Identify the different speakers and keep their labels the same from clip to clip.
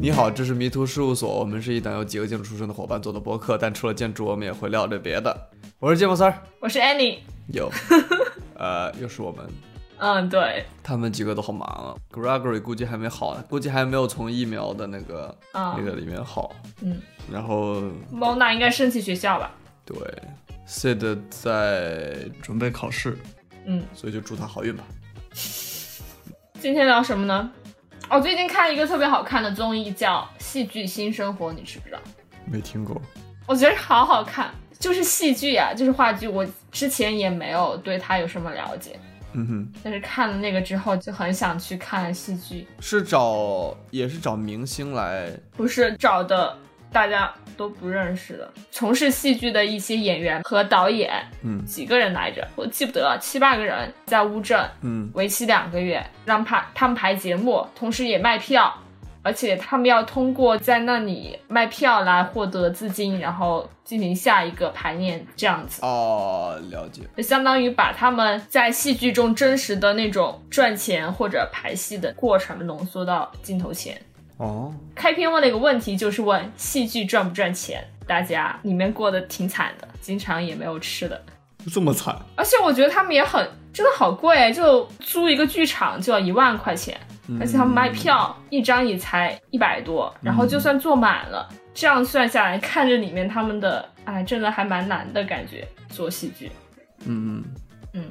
Speaker 1: 你好，这是迷途事务所，我们是一档由几个建筑出身的伙伴做的播客，但除了建筑，我们也会聊点别的。我是芥末丝儿，
Speaker 2: 我是 Annie。
Speaker 1: 有， 呃，又是我们，
Speaker 2: 嗯，对，
Speaker 1: 他们几个都好忙啊。Gregory 估计还没好，估计还没有从疫苗的那个、
Speaker 2: 啊
Speaker 1: 那个里面好。
Speaker 2: 嗯，
Speaker 1: 然后
Speaker 2: 猫娜应该申请学校吧？
Speaker 1: 对，Sid 在准备考试，
Speaker 2: 嗯，
Speaker 1: 所以就祝他好运吧。
Speaker 2: 今天聊什么呢？我、最近看一个特别好看的综艺叫《戏剧新生活》，你知不知道？
Speaker 1: 没听过，
Speaker 2: 我觉得好好看，就是戏剧啊，就是话剧。我之前也没有对它有什么了解，
Speaker 1: 嗯哼，
Speaker 2: 但是看了那个之后，就很想去看戏剧。
Speaker 1: 是找也是找明星来，
Speaker 2: 不是找的大家都不认识的，从事戏剧的一些演员和导演，
Speaker 1: 嗯
Speaker 2: 几个人来着，我记不得了，七八个人，在乌镇，
Speaker 1: 嗯
Speaker 2: 为期两个月，让排他们排节目，同时也卖票，而且他们要通过在那里卖票来获得资金，然后进行下一个排练，这样子。
Speaker 1: 哦，了解，
Speaker 2: 就相当于把他们在戏剧中真实的那种赚钱或者排戏的过程浓缩到镜头前。
Speaker 1: 哦，
Speaker 2: 开篇问了一个问题，就是问戏剧赚不赚钱？大家里面过得挺惨的，经常也没有吃的，
Speaker 1: 这么惨，
Speaker 2: 而且我觉得他们也很真的好贵，就租一个剧场就要一万块钱，而
Speaker 1: 嗯
Speaker 2: 且他们卖票一张也才一百多，然后就算坐满了，这样算下来，看着里面他们的，哎，真的还蛮难的感觉，做戏剧。
Speaker 1: 嗯
Speaker 2: 嗯，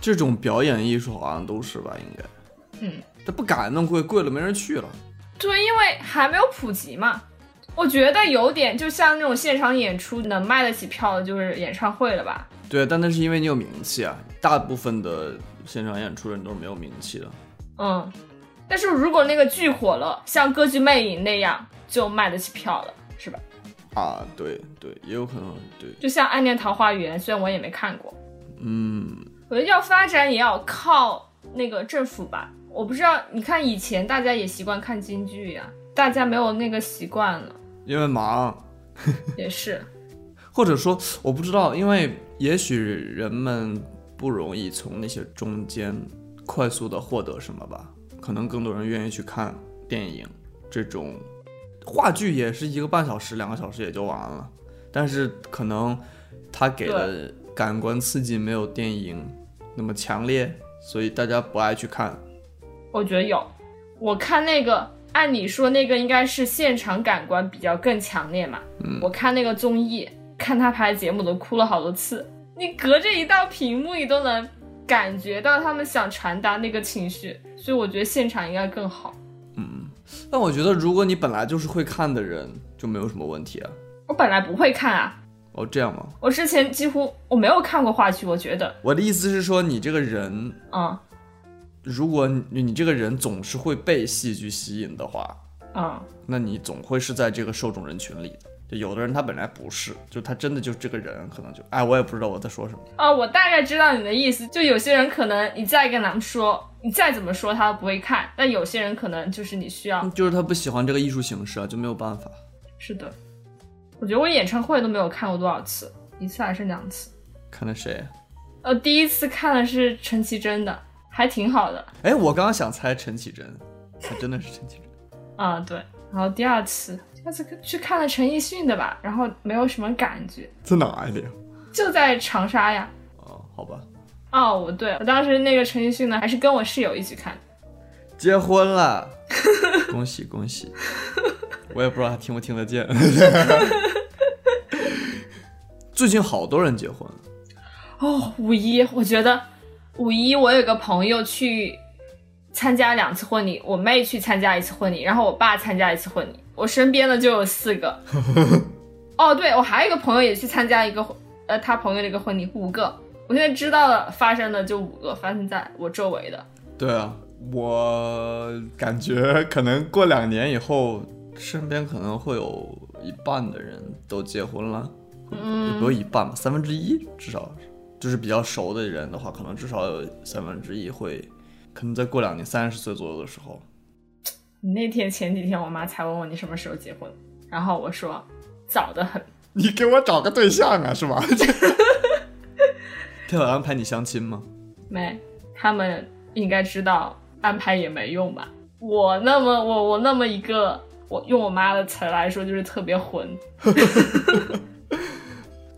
Speaker 1: 这种表演艺术好像都是吧，应该，
Speaker 2: 嗯，
Speaker 1: 他不敢弄贵，贵了没人去了，
Speaker 2: 对，因为还没有普及嘛。我觉得有点就像那种现场演出能卖得起票的，就是演唱会了吧？
Speaker 1: 对，但那是因为你有名气啊，大部分的现场演出人都是没有名气的，
Speaker 2: 嗯，但是如果那个剧火了，像《歌剧魅影》那样，就卖得起票了，是吧？
Speaker 1: 啊，对对，也有可能，对，
Speaker 2: 就像《暗恋桃花源》，虽然我也没看过，
Speaker 1: 嗯，
Speaker 2: 我觉得要发展也要靠那个政府吧。我不知道，你看以前大家也习惯看京剧呀、大家没有那个习惯了，
Speaker 1: 因为忙，
Speaker 2: 也是，
Speaker 1: 或者说我不知道，因为也许人们不容易从那些中间快速的获得什么吧，可能更多人愿意去看电影这种话剧，也是一个半小时、两个小时也就完了，但是可能它给的感官刺激没有电影那么强烈，所以大家不爱去看。
Speaker 2: 我觉得有。我看那个，按理说那个应该是现场感官比较更强烈嘛。
Speaker 1: 嗯
Speaker 2: 我看那个综艺，看他拍节目都哭了好多次。你隔着一道屏幕，你都能感觉到他们想传达那个情绪，所以我觉得现场应该更好。
Speaker 1: 但我觉得，如果你本来就是会看的人，就没有什么问题啊。
Speaker 2: 我本来不会看啊，
Speaker 1: 哦，这样吗？
Speaker 2: 我之前几乎我没有看过话剧，我觉得，
Speaker 1: 我的意思是说，你这个人
Speaker 2: 嗯
Speaker 1: 如果你你这个人总是会被戏剧吸引的话，
Speaker 2: 嗯，
Speaker 1: 那你总会是在这个受众人群里的。就有的人他本来不是，就他真的就这个人可能就哎，我也不知道我在说什么。
Speaker 2: 哦，我大概知道你的意思，就有些人可能你再跟他们说，你再怎么说他都不会看，但有些人可能就是你需要，
Speaker 1: 嗯就是他不喜欢这个艺术形式啊，就没有办法。
Speaker 2: 是的，我觉得我演唱会都没有看过多少次，一次还是两次。
Speaker 1: 看那谁，
Speaker 2: 呃，第一次看的是陈绮贞的，还挺好的。
Speaker 1: 哎，我刚刚想猜陈绮贞，还真的是陈绮贞。
Speaker 2: 啊、对。然后第二次，第二次去看了陈奕迅的吧，然后没有什么感觉，
Speaker 1: 在哪里？
Speaker 2: 就在长沙呀。
Speaker 1: 哦，好吧，
Speaker 2: 哦，我对我当时那个陈奕迅呢，还是跟我室友一起看的。
Speaker 1: 结婚 了，恭喜恭喜！我也不知道他听不听得见。 最近好多人结婚，
Speaker 2: 哦，五一， 我觉得五一我有个朋友去参加两次婚礼，我妹去参加一次婚礼，然后我爸参加一次婚礼，我身边的就有四个。哦，对，我还有一个朋友也去参加一个婚，呃，他朋友的一个婚礼，五个。我现在知道了，发生的就五个，发生在我周围的。
Speaker 1: 对啊，我感觉可能过两年以后，身边可能会有一半的人都结婚了，也不
Speaker 2: 嗯，
Speaker 1: 有一半吧，三分之一至少是，就是比较熟的人的话，可能至少有三分之一会，可能再过两年三十岁左右的时候，
Speaker 2: 你那天前几天我妈才问我你什么时候结婚，然后我说早得很。
Speaker 1: 你给我找个对象啊，是 吗？他有安排你相亲吗？
Speaker 2: 没，他们应该知道安排也没用吧？我那么我我那么一个我用我妈的词儿来说，就是特别混。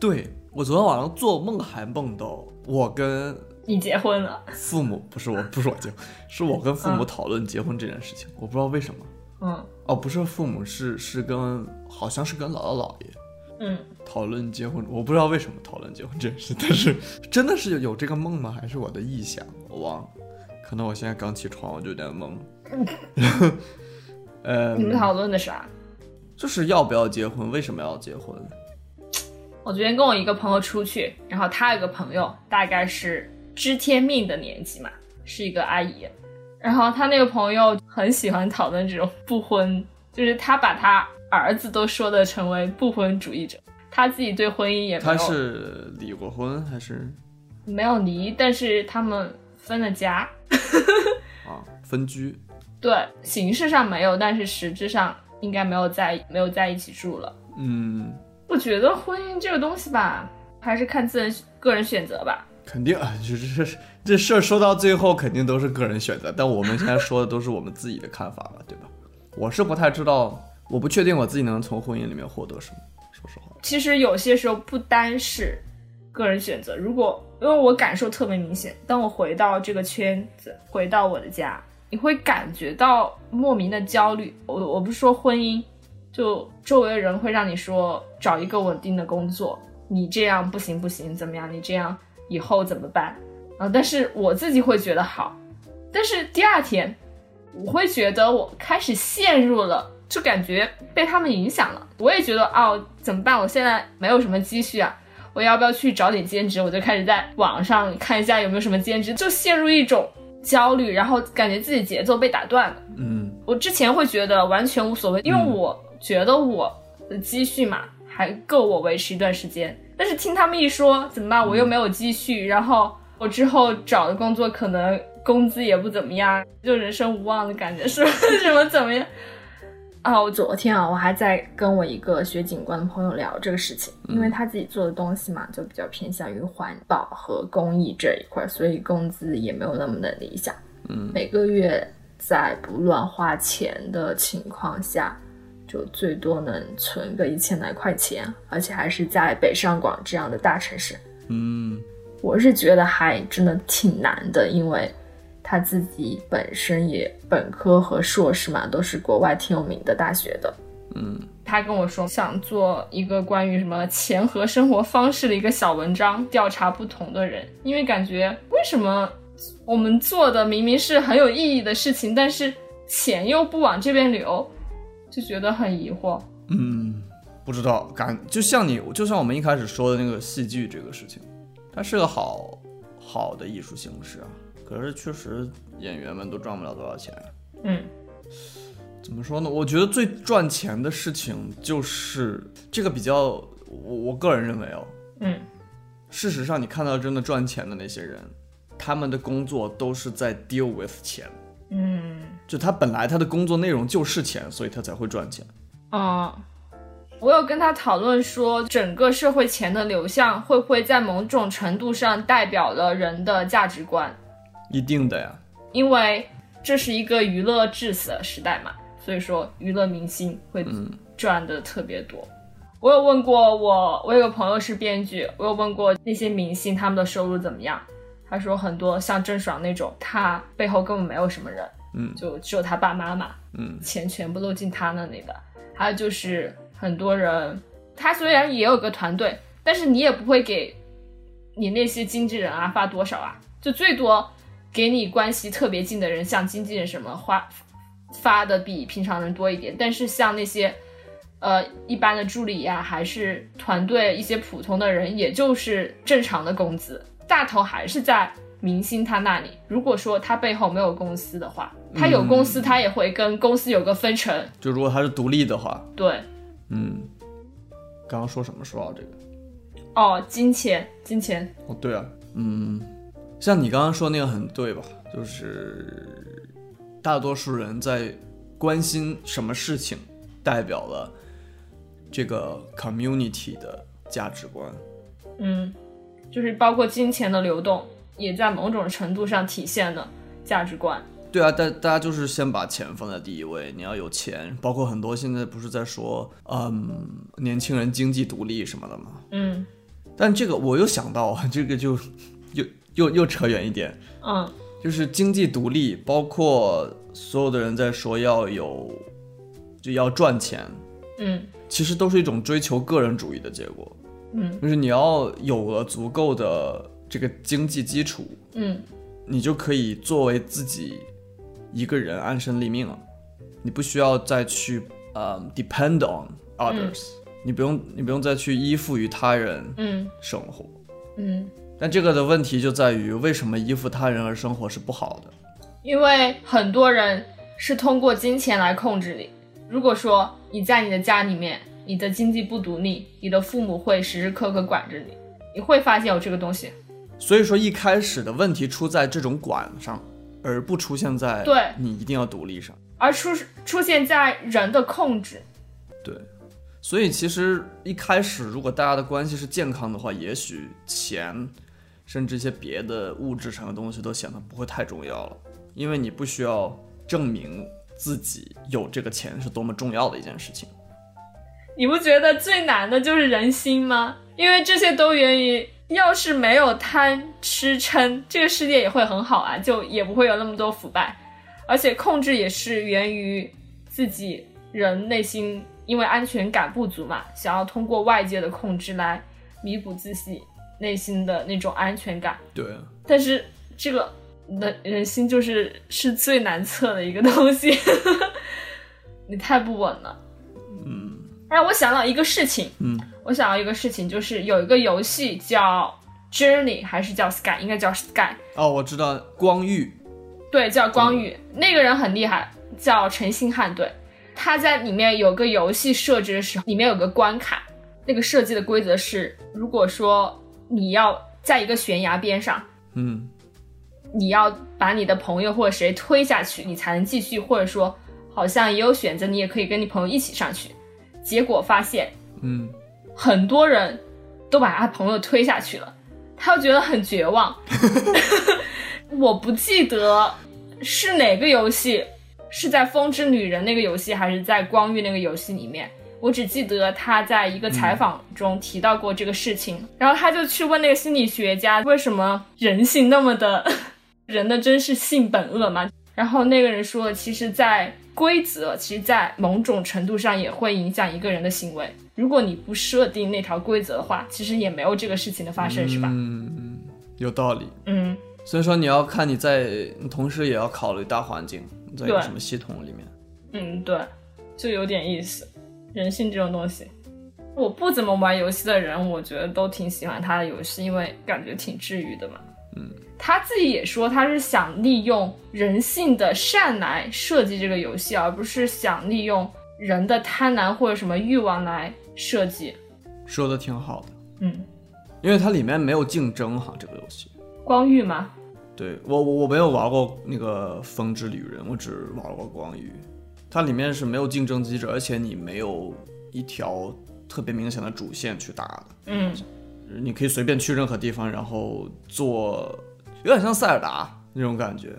Speaker 1: 对我昨天晚上做梦还梦到我跟
Speaker 2: 你结婚了，
Speaker 1: 父母，不是我，不是我结婚，是我跟父母
Speaker 2: 嗯
Speaker 1: 讨论结婚这件事情，我不知道为什么。
Speaker 2: 嗯
Speaker 1: 哦，不是父母，是是跟好像是跟姥姥姥爷
Speaker 2: 嗯，
Speaker 1: 讨论结婚，我不知道为什么讨论结婚这件事，但是真的是有这个梦吗？还是我的臆想？我忘了，可能我现在刚起床，我就有点懵。呃，
Speaker 2: 你们讨论的啥？
Speaker 1: 就是要不要结婚？为什么要结婚？
Speaker 2: 我昨天跟我一个朋友出去，然后他有个朋友大概是知天命的年纪嘛，是一个阿姨。然后他那个朋友很喜欢讨论这种不婚，就是他把他儿子都说的成为不婚主义者，他自己对婚姻也没
Speaker 1: 他
Speaker 2: 有
Speaker 1: 是离过婚还是
Speaker 2: 没有离，但是他们分了家，
Speaker 1: 啊分居？
Speaker 2: 对形式上没有，但是实质上应该没有在没有在一起住了。
Speaker 1: 嗯，
Speaker 2: 我觉得婚姻这个东西吧，还是看自人个人选择吧。
Speaker 1: 肯定 啊，这这这事儿说到最后肯定都是个人选择，但我们现在说的都是我们自己的看法嘛，对吧？我是不太知道，我不确定我自己能从婚姻里面获得什么，说实话。
Speaker 2: 其实有些时候不单是个人选择，如果因为我感受特别明显，当我回到这个圈子，回到我的家，你会感觉到莫名的焦虑。我我不是说婚姻，就周围的人会让你说找一个稳定的工作，你这样不行不行，怎么样？你这样以后怎么办？啊、但是我自己会觉得好，但是第二天我会觉得我开始陷入了，就感觉被他们影响了。我也觉得哦，怎么办？我现在没有什么积蓄啊，我要不要去找点兼职？我就开始在网上看一下有没有什么兼职，就陷入一种焦虑，然后感觉自己节奏被打断了。
Speaker 1: 嗯
Speaker 2: 我之前会觉得完全无所谓，因为我觉得我的积蓄嘛还够我维持一段时间。但是听他们一说，怎么办？我又没有积蓄，然后我之后找的工作可能工资也不怎么样，就人生无望的感觉，是吧？ 什么怎么样？啊，我昨天啊，我还在跟我一个学景观的朋友聊这个事情，因为他自己做的东西嘛，就比较偏向于环保和公益这一块，所以工资也没有那么的理想。
Speaker 1: 嗯
Speaker 2: 每个月在不乱花钱的情况下，就最多能存个一千来块钱，而且还是在北上广这样的大城市。
Speaker 1: 嗯
Speaker 2: 我是觉得还真的挺难的，因为他自己本身也本科和硕士嘛都是国外挺有名的大学的。
Speaker 1: 嗯
Speaker 2: 他跟我说想做一个关于什么钱和生活方式的一个小文章，调查不同的人，因为感觉为什么我们做的明明是很有意义的事情，但是钱又不往这边流，就觉得很疑惑。
Speaker 1: 嗯，不知道，感就像你，就像我们一开始说的那个戏剧这个事情，它是个好好的艺术形式啊。可是确实演员们都赚不了多少钱。
Speaker 2: 嗯
Speaker 1: 怎么说呢？我觉得最赚钱的事情就是这个比较，我我个人认为哦，
Speaker 2: 嗯
Speaker 1: 事实上你看到真的赚钱的那些人，他们的工作都是在 deal with 钱，
Speaker 2: 嗯，
Speaker 1: 就他本来他的工作内容就是钱，所以他才会赚钱。
Speaker 2: 哦、我有跟他讨论说，整个社会钱的流向会不会在某种程度上代表了人的价值观？
Speaker 1: 一定的呀，
Speaker 2: 因为这是一个娱乐至死的时代嘛，所以说娱乐明星会赚的特别多。我有问过我，我有个朋友是编剧，我有问过那些明星他们的收入怎么样，他说很多像郑爽那种，他背后根本没有什么人，
Speaker 1: 嗯
Speaker 2: 就只有他爸妈嘛，
Speaker 1: 嗯
Speaker 2: 钱全部都进他那里的。还有就是很多人，他虽然也有个团队，但是你也不会给你那些经纪人啊发多少啊，就最多给你关系特别近的人，像经纪人什么花发的比平常人多一点，但是像那些。呃，一般的助理呀、还是团队一些普通的人，也就是正常的工资。大头还是在明星他那里。如果说他背后没有公司的话，他有公司，他也会跟公司有个分成。
Speaker 1: 就如果他是独立的话，
Speaker 2: 对，
Speaker 1: 嗯，刚刚说什么说到这个？
Speaker 2: 哦，金钱，金钱，
Speaker 1: 哦，对啊，嗯，像你刚刚说那个很对吧？就是大多数人在关心什么事情，代表了这个 community 的价值观。
Speaker 2: 嗯，就是包括金钱的流动，也在某种程度上体现了价值观。
Speaker 1: 对啊，但大家就是先把钱放在第一位，你要有钱，包括很多现在不是在说，嗯，年轻人经济独立什么的嘛。
Speaker 2: 嗯
Speaker 1: 但这个我又想到，这个就又又又扯远一点，
Speaker 2: 嗯
Speaker 1: 就是经济独立，包括所有的人在说要有，就要赚钱，
Speaker 2: 嗯
Speaker 1: 其实都是一种追求个人主义的结果，
Speaker 2: 嗯
Speaker 1: 就是你要有了足够的这个经济基础，
Speaker 2: 嗯
Speaker 1: 你就可以作为自己一个人安身立命了，你不需要再去呃、depend on others，、你不用你不用再去依附于他人
Speaker 2: 嗯
Speaker 1: 生活。
Speaker 2: 嗯，
Speaker 1: 但这个的问题就在于，为什么依附他人而生活是不好的？
Speaker 2: 因为很多人是通过金钱来控制你。如果说你在你的家里面，你的经济不独立，你的父母会时时刻刻管着你，你会发现有这个东西。
Speaker 1: 所以说一开始的问题出在这种管上，而不出现在
Speaker 2: 对
Speaker 1: 你一定要独立上。
Speaker 2: 而出出现在人的控制。
Speaker 1: 对，所以其实一开始如果大家的关系是健康的话，也许钱，甚至一些别的物质上的东西都显得不会太重要了，因为你不需要证明自己有这个钱是多么重要的一件事情。
Speaker 2: 你不觉得最难的就是人心吗？因为这些都源于，要是没有贪吃嗔，这个世界也会很好啊，就也不会有那么多腐败。而且控制也是源于自己人内心因为安全感不足嘛，想要通过外界的控制来弥补自己内心的那种安全感。
Speaker 1: 对，
Speaker 2: 但是这个人人心就是是最难测的一个东西， 你太不稳了。哎
Speaker 1: 嗯
Speaker 2: 让我想到一个事情，
Speaker 1: 嗯
Speaker 2: 我想到一个事情，就是有一个游戏叫 Journey，还是叫 Sky，应该叫 Sky，
Speaker 1: 哦，我知道光遇，
Speaker 2: 对，叫光宇。那个人很厉害，叫陈星汉，对，他在里面有个游戏设置的时候，里面有个关卡，那个设计的规则是，如果说你要在一个悬崖边上，
Speaker 1: 嗯
Speaker 2: 你要把你的朋友或者谁推下去，你才能继续，或者说好像也有选择，你也可以跟你朋友一起上去。结果发现
Speaker 1: 嗯，
Speaker 2: 很多人都把他朋友推下去了，他又觉得很绝望。我不记得是哪个游戏，是在《风之旅人》那个游戏，还是在《光遇》那个游戏里面。我只记得他在一个采访中提到过这个事情，然后他就去问那个心理学家，为什么人性那么的， 人的真是性本恶嘛？然后那个人说，其实，在规则，其实，在某种程度上也会影响一个人的行为。如果你不设定那条规则的话，其实也没有这个事情的发生，是吧？
Speaker 1: 嗯，有道理。
Speaker 2: 嗯，
Speaker 1: 所以说你要看你在，你同时也要考虑大环境，你在一个
Speaker 2: 对
Speaker 1: 什么系统里面。
Speaker 2: 嗯，对，就有点意思。人性这种东西，我不怎么玩游戏的人，我觉得都挺喜欢他的游戏，因为感觉挺治愈的嘛。
Speaker 1: 嗯，
Speaker 2: 他自己也说他是想利用人性的善来设计这个游戏，而不是想利用人的贪婪或者什么欲望来设计。
Speaker 1: 说的挺好的，
Speaker 2: 嗯，
Speaker 1: 因为它里面没有竞争哈，这个游戏。
Speaker 2: 光遇嘛，
Speaker 1: 对我我我没有玩过那个《风之旅人》，我只玩过光遇，它里面是没有竞争机制，而且你没有一条特别明显的主线去打的，
Speaker 2: 嗯
Speaker 1: 你可以随便去任何地方，然后做，有点像塞尔达那种感觉。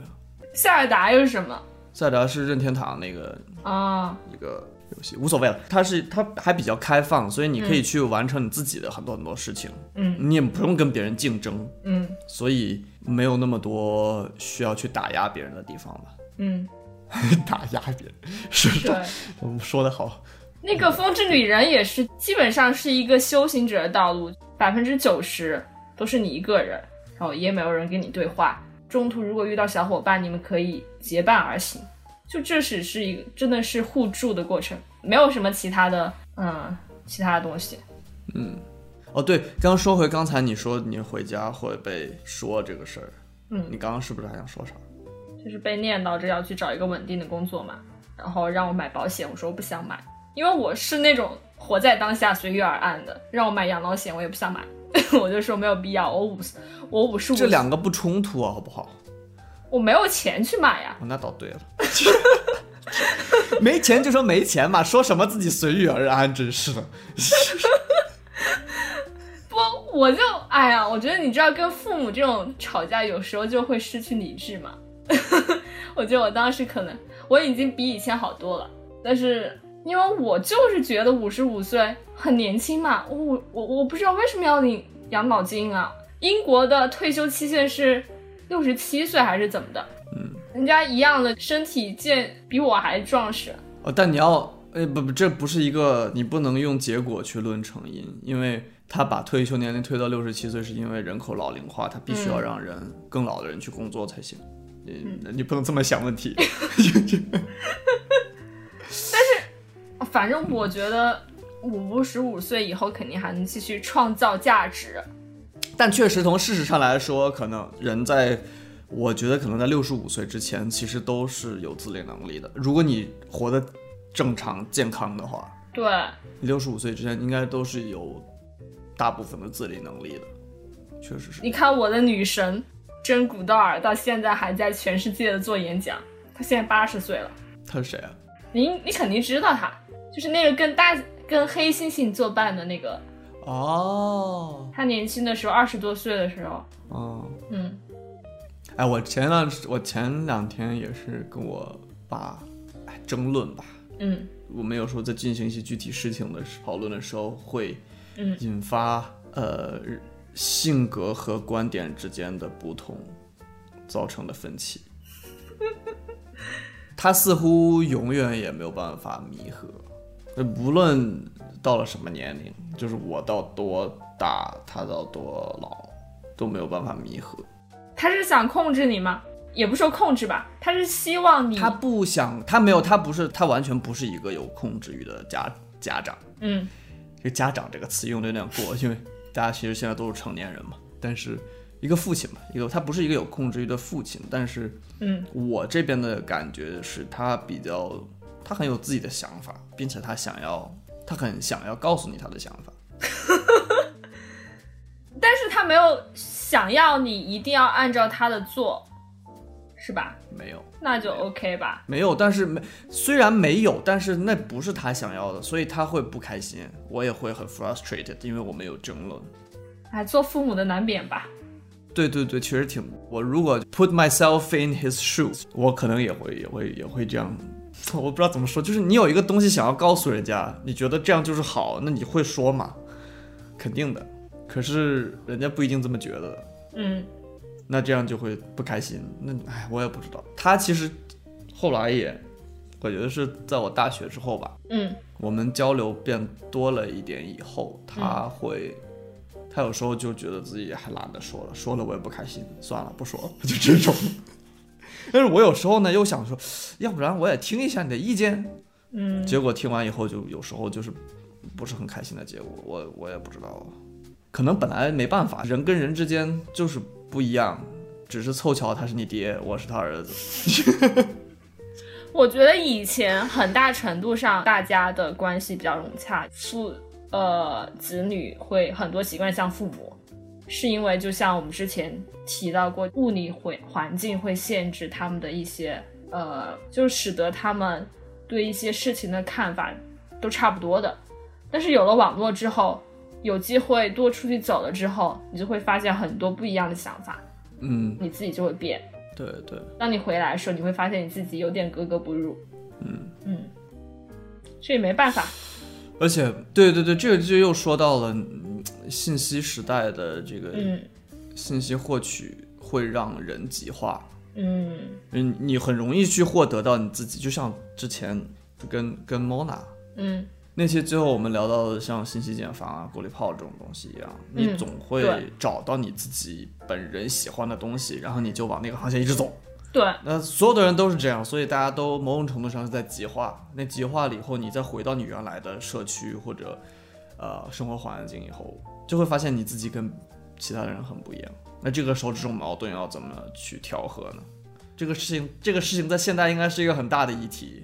Speaker 2: 塞尔达又是什么
Speaker 1: 塞尔达是任天堂那个
Speaker 2: 啊？
Speaker 1: 一个游戏，无所谓了。它是它还比较开放，所以你可以去完成你自己的很多很多事情，
Speaker 2: 嗯
Speaker 1: 你也不用跟别人竞争，
Speaker 2: 嗯
Speaker 1: 所以没有那么多需要去打压别人的地方吧。
Speaker 2: 嗯，
Speaker 1: 打压别人，是
Speaker 2: 对
Speaker 1: 的，。我们说的好，
Speaker 2: 那个《风之旅人》也是，基本上是一个修行者的道路，百分之九十都是你一个人，然后也没有人跟你对话。中途如果遇到小伙伴，你们可以结伴而行。就这只是一个真的是互助的过程，没有什么其他的，嗯，其他的东西。
Speaker 1: 嗯，哦对，刚说回刚才你说你回家会被说这个事儿，
Speaker 2: 嗯
Speaker 1: 你，刚刚是不是还想说啥？
Speaker 2: 就是被念叨着要去找一个稳定的工作嘛，然后让我买保险，我说我不想买，因为我是那种活在当下、随遇而安的，让我买养老险我也不想买， 我就说没有必要，我五十，我五十五
Speaker 1: 这两个不冲突啊，好不好？
Speaker 2: 我没有钱去买呀、
Speaker 1: 哦，那倒 对了，没钱就说没钱嘛，说什么自己随遇而安，真是的。
Speaker 2: 不，我就哎呀，我觉得你知道，跟父母这种吵架，有时候就会失去理智嘛。 我觉得我当时可能我已经比以前好多了，但是因为我就是觉得五十五岁很年轻嘛，我我我不知道为什么要领养老金啊。英国的退休期限是六十七岁还是怎么的？
Speaker 1: 嗯，
Speaker 2: 人家一样的身体健，比我还壮实。
Speaker 1: 哦，但你要，哎，不不，这不是一个，你不能用结果去论成因，因为他把退休年龄推到六十七岁，是因为人口老龄化，他必须要
Speaker 2: 嗯
Speaker 1: 让人、更老的人去工作才行。你你不能这么想问题。
Speaker 2: 反正我觉得五十五岁以后肯定还能继续创造价值。
Speaker 1: 但确实从事实上来说，可能人在，我觉得可能在六十五岁之前，其实都是有自理能力的。如果你活得正常健康的话，
Speaker 2: 对，
Speaker 1: 你六十五岁之前应该都是有大部分的自理能力的。确实是。
Speaker 2: 你看我的女神珍古道尔到现在还在全世界的做演讲，她现在八十岁了，
Speaker 1: 他是谁啊？
Speaker 2: 你你肯定知道她，就是那个跟大跟黑猩猩作伴的那个，
Speaker 1: 哦，
Speaker 2: 她年轻的时候二十多岁的时候，
Speaker 1: 哦，
Speaker 2: 嗯，
Speaker 1: 哎，我前两我前两天也是跟我爸哎争论吧，
Speaker 2: 嗯
Speaker 1: 我们有时候在进行一些具体事情的时讨论的时候，会
Speaker 2: 嗯
Speaker 1: 引发呃性格和观点之间的不同造成的分歧。他似乎永远也没有办法弥合，呃无论到了什么年龄，就是我到多大，他到多老，都没有办法弥合。
Speaker 2: 她是想控制你吗？也不说控制吧，她是希望你，
Speaker 1: 他不想，他没有，他不是，他完全不是一个有控制欲的家家长。
Speaker 2: 嗯，
Speaker 1: 这个“家长”这个词用的有点过，因为大家其实现在都是成年人嘛。但是一个父亲嘛，一个他不是一个有控制欲的父亲，但是
Speaker 2: 嗯
Speaker 1: 我这边的感觉是他比较，他很有自己的想法，并且他想要，他很想要告诉你他的想法。
Speaker 2: 但是她没有想要你一定要按照她的做，是吧？
Speaker 1: 没有，
Speaker 2: 那就 OK 吧。
Speaker 1: 没有，但是没，虽然没有，但是那不是他想要的，所以他会不开心，我也会很 frustrated，因为我们有争论。
Speaker 2: 哎，做父母的难免吧。
Speaker 1: 对对对，确实挺。我如果 put myself in his shoes，我可能也会也会也会这样。 我不知道怎么说，就是你有一个东西想要告诉人家，你觉得这样就是好，那你会说吗？肯定的。可是人家不一定这么觉得，
Speaker 2: 嗯，
Speaker 1: 那这样就会不开心。那哎，我也不知道。他其实后来也，我觉得是在我大学之后吧，
Speaker 2: 嗯
Speaker 1: 我们交流变多了一点以后，他会，他有时候就觉得自己还懒得说了，说了我也不开心，算了，不说了，就这种。 但是我有时候呢，又想说，要不然我也听一下你的意见。
Speaker 2: 嗯，
Speaker 1: 结果听完以后，就有时候就是不是很开心的结果。我我也不知道，可能本来没办法，人跟人之间就是不一样，只是凑巧他是你爹，我是他儿子。
Speaker 2: 我觉得以前很大程度上大家的关系比较融洽，父呃子女会很多习惯像父母，是因为就像我们之前提到过，物理环环境会限制他们的一些呃，就使得他们对一些事情的看法都差不多的。但是有了网络之后，有机会多出去走了之后，你就会发现很多不一样的想法，
Speaker 1: 嗯，
Speaker 2: 你自己就会变。
Speaker 1: 对对，
Speaker 2: 当你回来的时候，你会发现你自己有点格格不入。
Speaker 1: 嗯
Speaker 2: 嗯，这也没办法。
Speaker 1: 而且对对对，这个就又说到了嗯信息时代的这个
Speaker 2: 嗯
Speaker 1: 信息获取会让人极化，
Speaker 2: 嗯
Speaker 1: 嗯，你很容易去获得到你自己，就像之前就跟跟 Mona
Speaker 2: 嗯
Speaker 1: 那些最后我们聊到的像信息茧房啊、锅里泡这种东西一样，
Speaker 2: 嗯
Speaker 1: 你总会
Speaker 2: 对
Speaker 1: 找到你自己本人喜欢的东西，然后你就往那个方向一直走。
Speaker 2: 对，
Speaker 1: 那所有的人都是这样，所以大家都某种程度上是在极化。那极化了以后，你再回到你原来的社区或者呃生活环境以后，就会发现你自己跟其他人很不一样。那这个时候这种矛盾要怎么去调和呢？这个事情，这个事情在现代应该是一个很大的议题。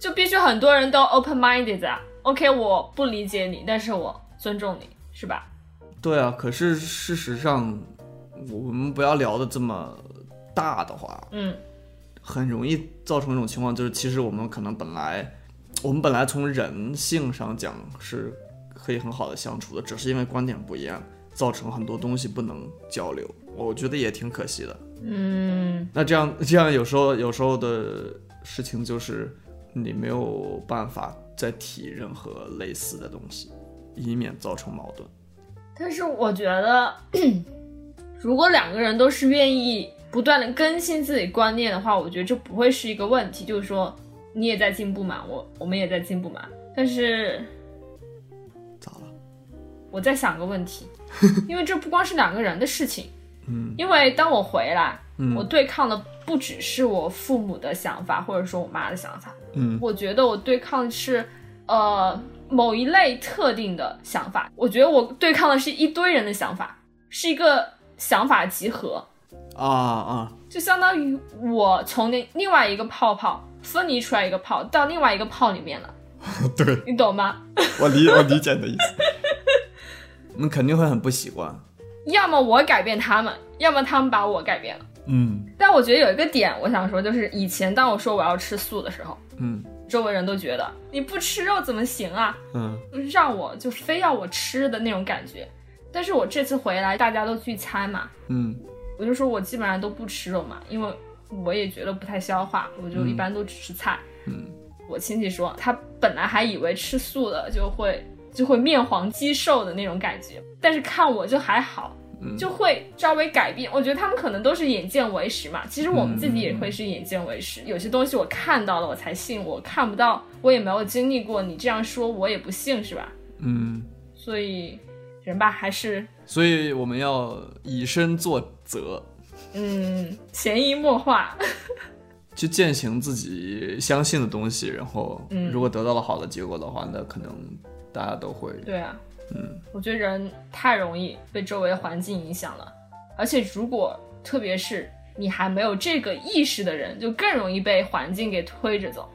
Speaker 2: 就必须很多人都 open minded 啊。OK，我不理解你，但是我尊重你，是吧？
Speaker 1: 对啊，可是事实上，我们不要聊的这么大的话，
Speaker 2: 嗯
Speaker 1: 很容易造成一种情况，就是其实我们可能本来，我们本来从人性上讲是可以很好的相处的，只是因为观点不一样，造成很多东西不能交流，我觉得也挺可惜的。
Speaker 2: 嗯，
Speaker 1: 那这样这样有时候有时候的事情就是你没有办法再提任何类似的东西，以免造成矛盾。
Speaker 2: 但是我觉得，如果两个人都是愿意不断的更新自己观念的话，我觉得这不会是一个问题。就是说，你也在进步嘛，我我们也在进步嘛。但是
Speaker 1: 咋了？
Speaker 2: 我在想个 问题，因为这不光是两个人的事情，
Speaker 1: 嗯
Speaker 2: 因为当我回来，我
Speaker 1: 嗯
Speaker 2: 对抗的不只是我父母的想法，或者说我妈的想法，
Speaker 1: 嗯
Speaker 2: 我觉得我对抗的是，呃，某一类特定的想法。我觉得我对抗的是一堆人的想法，是一个想法集合，
Speaker 1: 啊啊
Speaker 2: 就相当于我从那另外一个泡泡分离出来一个泡，到另外一个泡里面了，
Speaker 1: 对
Speaker 2: 你懂吗？
Speaker 1: 我理我理解你的意思， 你肯定会很不习惯。
Speaker 2: 要么我改变他们，要么他们把我改变了。
Speaker 1: 嗯
Speaker 2: 但我觉得有一个点，我想说，就是以前当我说我要吃素的时候，
Speaker 1: 嗯
Speaker 2: 周围人都觉得你不吃肉怎么行啊？
Speaker 1: 嗯
Speaker 2: 让我就非要我吃的那种感觉。但是我这次回来，大家都聚餐嘛，
Speaker 1: 嗯
Speaker 2: 我就说我基本上都不吃肉嘛，因为我也觉得不太消化，我就一般都只吃菜。
Speaker 1: 嗯
Speaker 2: 我亲戚说，他本来还以为吃素的就会就会面黄肌瘦的那种感觉，但是看我就还好，
Speaker 1: 嗯，
Speaker 2: 就会稍微改变。我觉得他们可能都是眼见为实嘛，其实我们自己
Speaker 1: 嗯
Speaker 2: 也会是眼见为实。有些东西我看到了我才信，我看不到我也没有经历过，你这样说我也不信是吧？
Speaker 1: 嗯，
Speaker 2: 所以人吧，还是
Speaker 1: 所以我们要以身作则，
Speaker 2: 嗯，潜移默化，
Speaker 1: 去践行自己相信的东西，然后
Speaker 2: 嗯
Speaker 1: 如果得到了好的结果的话，那可能大家都会
Speaker 2: 对啊，
Speaker 1: 嗯，
Speaker 2: 我觉得人太容易被周围的环境影响了，而且如果特别是你还没有这个意识的人，就更容易被环境给推着走。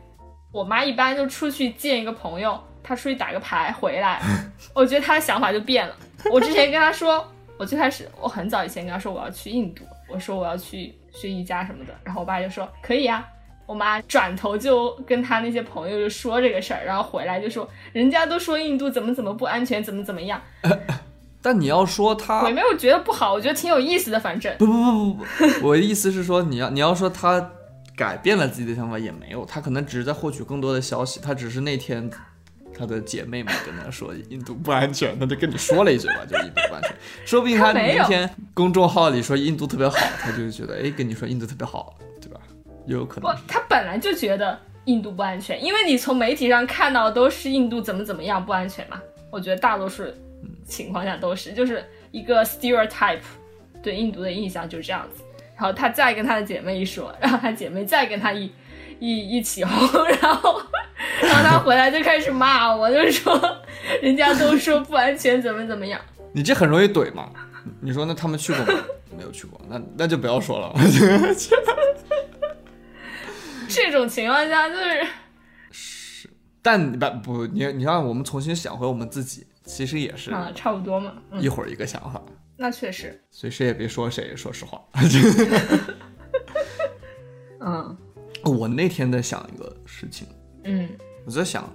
Speaker 2: 我妈一般就出去见一个朋友，她出去打个牌回来，我觉得她的想法就变了。我之前跟她说，我最开始我很早以前跟她说我要去印度，我说我要去学瑜伽什么的，然后我爸就说可以啊。我妈转头就跟她那些朋友就说这个事儿，然后回来就说人家都说印度怎么怎么不安全，怎么怎么样，
Speaker 1: 但你要说
Speaker 2: 我
Speaker 1: 他
Speaker 2: 也没有觉得不好，我觉得挺有意思的，反正
Speaker 1: 不不不不不，我的意思是说，你要你要说他改变了自己的想法也没有，他可能只是在获取更多的消息，他只是那天。他的姐妹们跟他说印度不安全，他就跟你说了一嘴吧，就印度不安全。说不定他
Speaker 2: 他没
Speaker 1: 明
Speaker 2: 有
Speaker 1: 天公众号里说印度特别好，他就觉得哎，跟你说印度特别好，对吧？也有可
Speaker 2: 不
Speaker 1: 能是。，
Speaker 2: 他本来就觉得印度不安全，因为你从媒体上看到的都是印度怎么怎么样不安全嘛。我觉得大多数情况下都是，就是一个 stereotype 对印度的印象就是这样子。然后他再跟他的姐妹一说，然后他姐妹再跟他一一一起哄，然后然后他回来就开始骂我，就是说人家都说不安全，怎么怎么样。
Speaker 1: 你这很容易怼嘛？你说那他们去过吗？没有去过，那那就不要说了。
Speaker 2: 这种情况下就是
Speaker 1: 但你把不，你你让我们重新想回我们自己，其实也是
Speaker 2: 啊，差不多嘛。嗯，
Speaker 1: 一会儿一个想法，
Speaker 2: 那确实，
Speaker 1: 所以谁也别说谁。说实话，
Speaker 2: 嗯
Speaker 1: 我那天在想一个事情，
Speaker 2: 嗯
Speaker 1: 我在想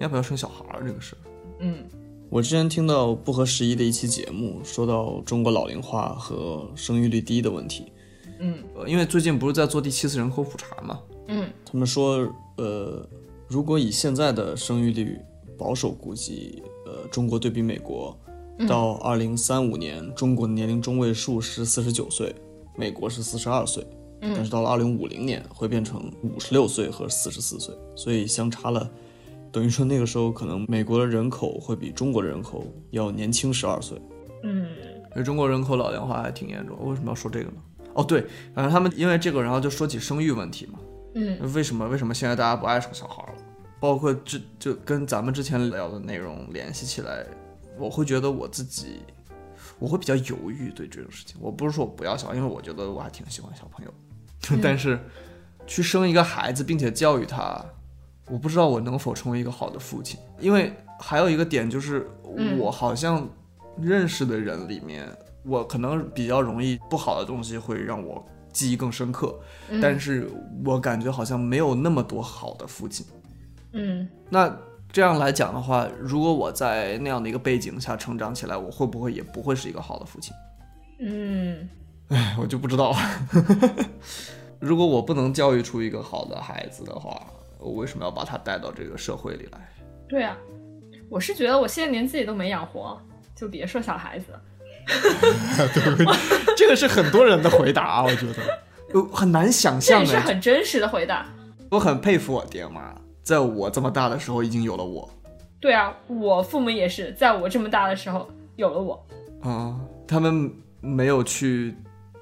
Speaker 1: 要不要生小孩儿这个事儿。
Speaker 2: 嗯
Speaker 1: 我之前听到不合时宜的一期节目，说到中国老龄化和生育率低的问题，
Speaker 2: 嗯
Speaker 1: 呃，因为最近不是在做第七次人口普查嘛，
Speaker 2: 嗯
Speaker 1: 他们说，呃，如果以现在的生育率，保守估计，呃，中国对比美国，到二零三五年，中国的年龄中位数是四十九岁，美国是四十二岁，
Speaker 2: 嗯
Speaker 1: 但是到了二零五零年会变成五十六岁和四十四岁，所以相差了。等于说那个时候，可能美国的人口会比中国的人口要年轻十二岁，
Speaker 2: 嗯。
Speaker 1: 因为中国人口老龄化还挺严重。为什么要说这个呢？哦，对，然后他们因为这个，然后就说起生育问题嘛。
Speaker 2: 嗯
Speaker 1: 为什么为什么现在大家不爱生小孩了？包括这就跟咱们之前聊的内容联系起来，我会觉得我自己我会比较犹豫对这种事情。我不是说我不要小孩，因为我觉得我还挺喜欢小朋友， 但
Speaker 2: 嗯
Speaker 1: 是去生一个孩子并且教育他，我不知道我能否成为一个好的父亲。因为还有一个点就是，
Speaker 2: 嗯
Speaker 1: 我好像认识的人里面，我可能比较容易不好的东西会让我记忆更深刻。
Speaker 2: 嗯
Speaker 1: 但是我感觉好像没有那么多好的父亲。
Speaker 2: 嗯
Speaker 1: 那这样来讲的话，如果我在那样的一个背景下成长起来，我会不会也不会是一个好的父亲？
Speaker 2: 嗯
Speaker 1: 哎，我就不知道。 如果我不能教育出一个好的孩子的话，我为什么要把他带到这个社会里来？
Speaker 2: 对啊，我是觉得我现在连自己都没养活，就别说小孩子了。
Speaker 1: 这个是很多人的回答啊，我觉得，呃很难想
Speaker 2: 这
Speaker 1: 象
Speaker 2: 也是
Speaker 1: 的。
Speaker 2: 很真实的回答。
Speaker 1: 我很佩服我爹妈，在我这么大的时候已经有了我。
Speaker 2: 对啊，我父母也是在我这么大的时候有了我。
Speaker 1: 嗯，他们没有去，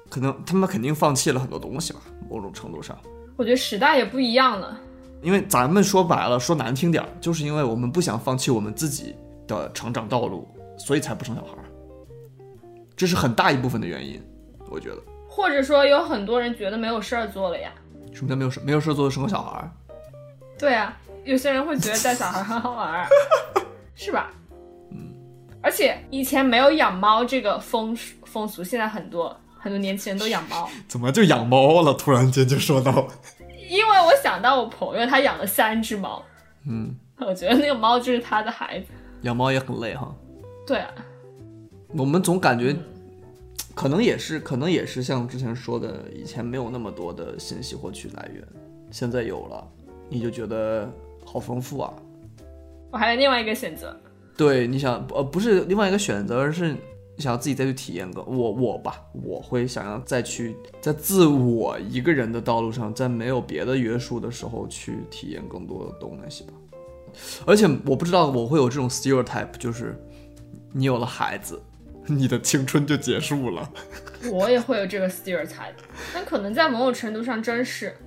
Speaker 1: 可能他们肯定放弃了很多东西吧，某种程度上。
Speaker 2: 我觉得时代也不一样了。
Speaker 1: 因为咱们说白了，说难听点儿，就是因为我们不想放弃我们自己的成长道路，所以才不生小孩儿。这是很大一部分的原因，我觉得。
Speaker 2: 或者说有很多人觉得没有事儿做了呀。
Speaker 1: 什么叫没有事没有事做就生个小孩儿？
Speaker 2: 对啊，有些人会觉得带小孩很好玩儿，是吧？嗯。而且以前没有养猫这个风俗风俗，现在很多很多年轻人都养猫。
Speaker 1: 怎么就养猫了？突然间就说到，
Speaker 2: 因为我想到我朋友他养了三只猫，
Speaker 1: 嗯，
Speaker 2: 我觉得那个猫就是他的孩子。
Speaker 1: 养猫也很累哈。
Speaker 2: 对啊，
Speaker 1: 我们总感觉，可能也是，可能也是像之前说的，以前没有那么多的信息获取来源，现在有了，你就觉得好丰富啊。
Speaker 2: 我还有另外一个选择，
Speaker 1: 对，你想，呃，不是另外一个选择，而是想要自己再去体验个我我吧，我会想要再去在自我一个人的道路上，在没有别的约束的时候去体验更多的东西吧。而且我不知道我会有这种 stereotype，就是你有了孩子，你的青春就结束了。
Speaker 2: 我也会有这个 stereotype，但可能在某种程度上真是，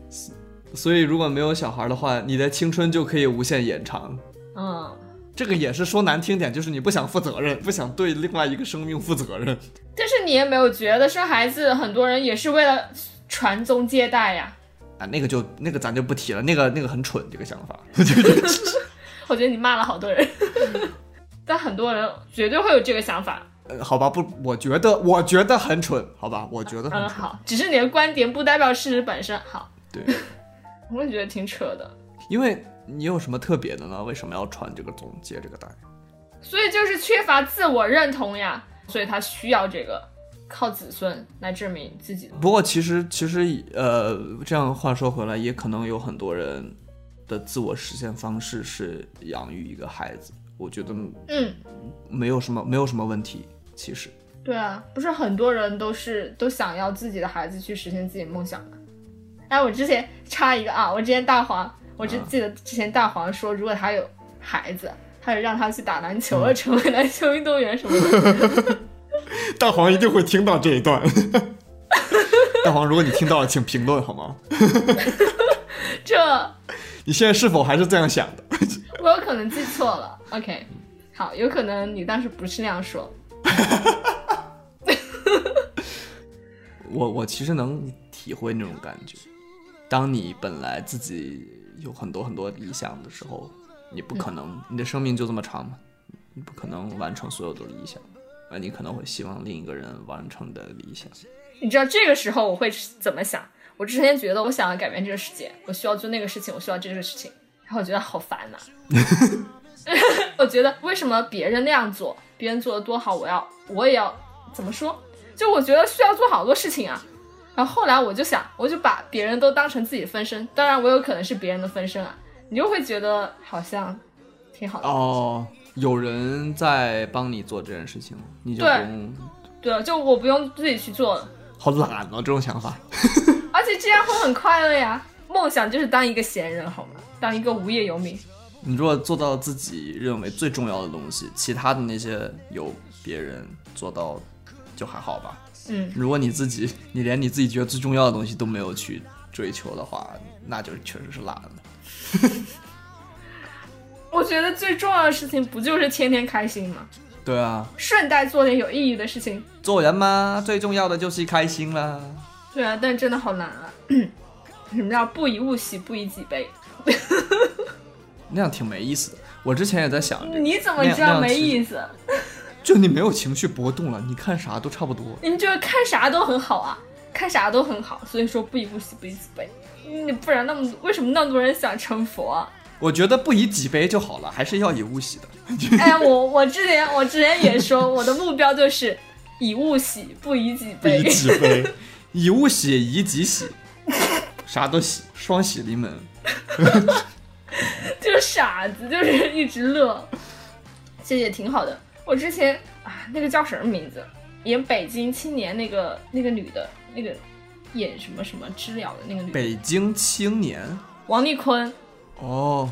Speaker 1: 所以如果没有小孩的话，你的青春就可以无限延长。
Speaker 2: 嗯，
Speaker 1: 这个也是说难听点，就是你不想负责任，不想对另外一个生命负责任。
Speaker 2: 但是你也没有觉得生孩子，很多人也是为了传宗接代呀。
Speaker 1: 啊，那个就那个咱就不提了，那个那个很蠢，这个想法。
Speaker 2: 我觉得你骂了好多人， 但很多人绝对会有这个想法。
Speaker 1: 呃，好吧，不，我觉得我觉得很蠢，好吧，我觉得很蠢。
Speaker 2: 嗯，好，只是你的观点不代表事实本身。好，
Speaker 1: 对，
Speaker 2: 我也觉得挺扯的。
Speaker 1: 因为你有什么特别的呢？为什么要穿这个总结这个带？
Speaker 2: 所以就是缺乏自我认同呀，所以他需要这个靠子孙来证明自己。
Speaker 1: 不过其实其实呃，这样话说回来，也可能有很多人的自我实现方式是养育一个孩子，我觉得
Speaker 2: 嗯，
Speaker 1: 没有什么没有什么问题。其实，
Speaker 2: 对啊，不是很多人都是都想要自己的孩子去实现自己的梦想吗？哎，我之前插一个啊，我之前大黄，我只
Speaker 1: 啊
Speaker 2: 记得之前大黄说，如果他有孩子，他就让他去打篮球，啊成为篮球运动员什么的。
Speaker 1: 大黄一定会听到这一 段。 大黄，如果你听到了，请评论好吗？
Speaker 2: 这
Speaker 1: 你现在是否还是这样想的？
Speaker 2: 我有可能记错了。OK，好，有可能你当时不是那样说。
Speaker 1: 我我其实能体会那种感觉，当你本来自己有很多很多理想的时候，你不可能，你的生命就这么长嘛，你不可能完成所有的理想，而你可能会希望另一个人完成你的理想。
Speaker 2: 你知道这个时候我会怎么想？我之前觉得我想要改变这个世界，我需要做那个事情，我需要这个事情，然后我觉得好烦呐、 我觉得为什么别人那样做，别人做的多好，我要我也要怎么说？就我觉得需要做好多事情啊。然后后来我就想，我就把别人都当成自己的分身，当然我有可能是别人的分身啊。你就会觉得好像挺好的，
Speaker 1: 哦，有人在帮你做这件事情，你就不
Speaker 2: 对
Speaker 1: 用。
Speaker 2: 对，啊就我不用自己去做了。
Speaker 1: 好懒哦，这种想法。
Speaker 2: 而且这样会很快乐呀。梦想就是当一个闲人，好吗？当一个无业游民。
Speaker 1: 你如果做到自己认为最重要的东西，其他的那些由别人做到，就还好吧。
Speaker 2: 嗯，
Speaker 1: 如果你自己， 你连你自己觉得最重要的东西都没有去追求的话，那就确实是懒了。
Speaker 2: 我觉得最重要的事情不就是天天开心吗？
Speaker 1: 对啊，
Speaker 2: 顺带做点有意义的事情。
Speaker 1: 做人嘛，最重要的就是开心啦。
Speaker 2: 对啊，但真的好难 啊。什么叫不以物喜，不以己悲？
Speaker 1: 那样挺没意思的。我之前也在想这个，
Speaker 2: 嗯你怎么
Speaker 1: 那样
Speaker 2: 知道
Speaker 1: 那样
Speaker 2: 没
Speaker 1: 其实
Speaker 2: 意思？
Speaker 1: 就你没有情绪波动了，你看啥都差不多。
Speaker 2: 你就是看啥都很好啊，看啥都很好，所以说不以物喜，不以己悲。你不然那么为什么那么多人想成佛、 啊？
Speaker 1: 我觉得不以己悲就好了，还是要以物喜的。
Speaker 2: 哎，我我之前我之前也说，我的目标就是以物喜，不以己
Speaker 1: 不以
Speaker 2: 悲。
Speaker 1: 己悲， 以物喜，以己喜，啥都喜，双喜临门。
Speaker 2: 就是傻子，就是 一直乐，这也挺好的。我之前啊，那个叫什么名字？演《北京青年》那个那个女的，那个演什么什么知了的那个女的，
Speaker 1: 北京青年，
Speaker 2: 王丽坤。
Speaker 1: 哦，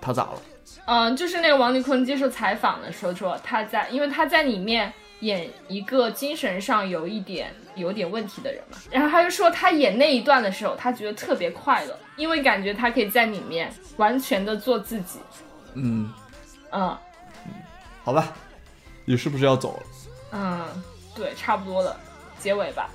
Speaker 1: 他咋了？
Speaker 2: 嗯、就是那个王丽坤接受采访的时候说，她在，因为她在里面演一个精神上有一点有点问题的人嘛，然后她就说她演那一段的时候，她觉得特别快乐，因为感觉她可以在里面完全的做自己。
Speaker 1: 嗯，
Speaker 2: 嗯
Speaker 1: 好吧，你是不是要走了？
Speaker 2: 嗯，对，差不多了，结尾吧。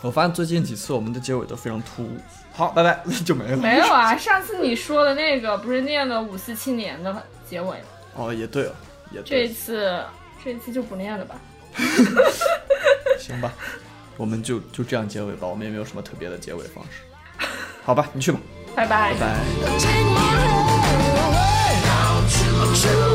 Speaker 1: 我发现最近几次我们的结尾都非常突兀。好，拜 拜，就没了。
Speaker 2: 没有啊，上次你说的那个不是念了五四七年的结尾吗，
Speaker 1: 哦，也对哦，也
Speaker 2: 这
Speaker 1: 对，
Speaker 2: 次这次就不念了吧。
Speaker 1: 行吧，我们就就这样结尾吧，我们也没有什么特别的结尾方式。好吧，你去吧，
Speaker 2: 拜拜
Speaker 1: 拜拜。
Speaker 3: Take my hand. Out to the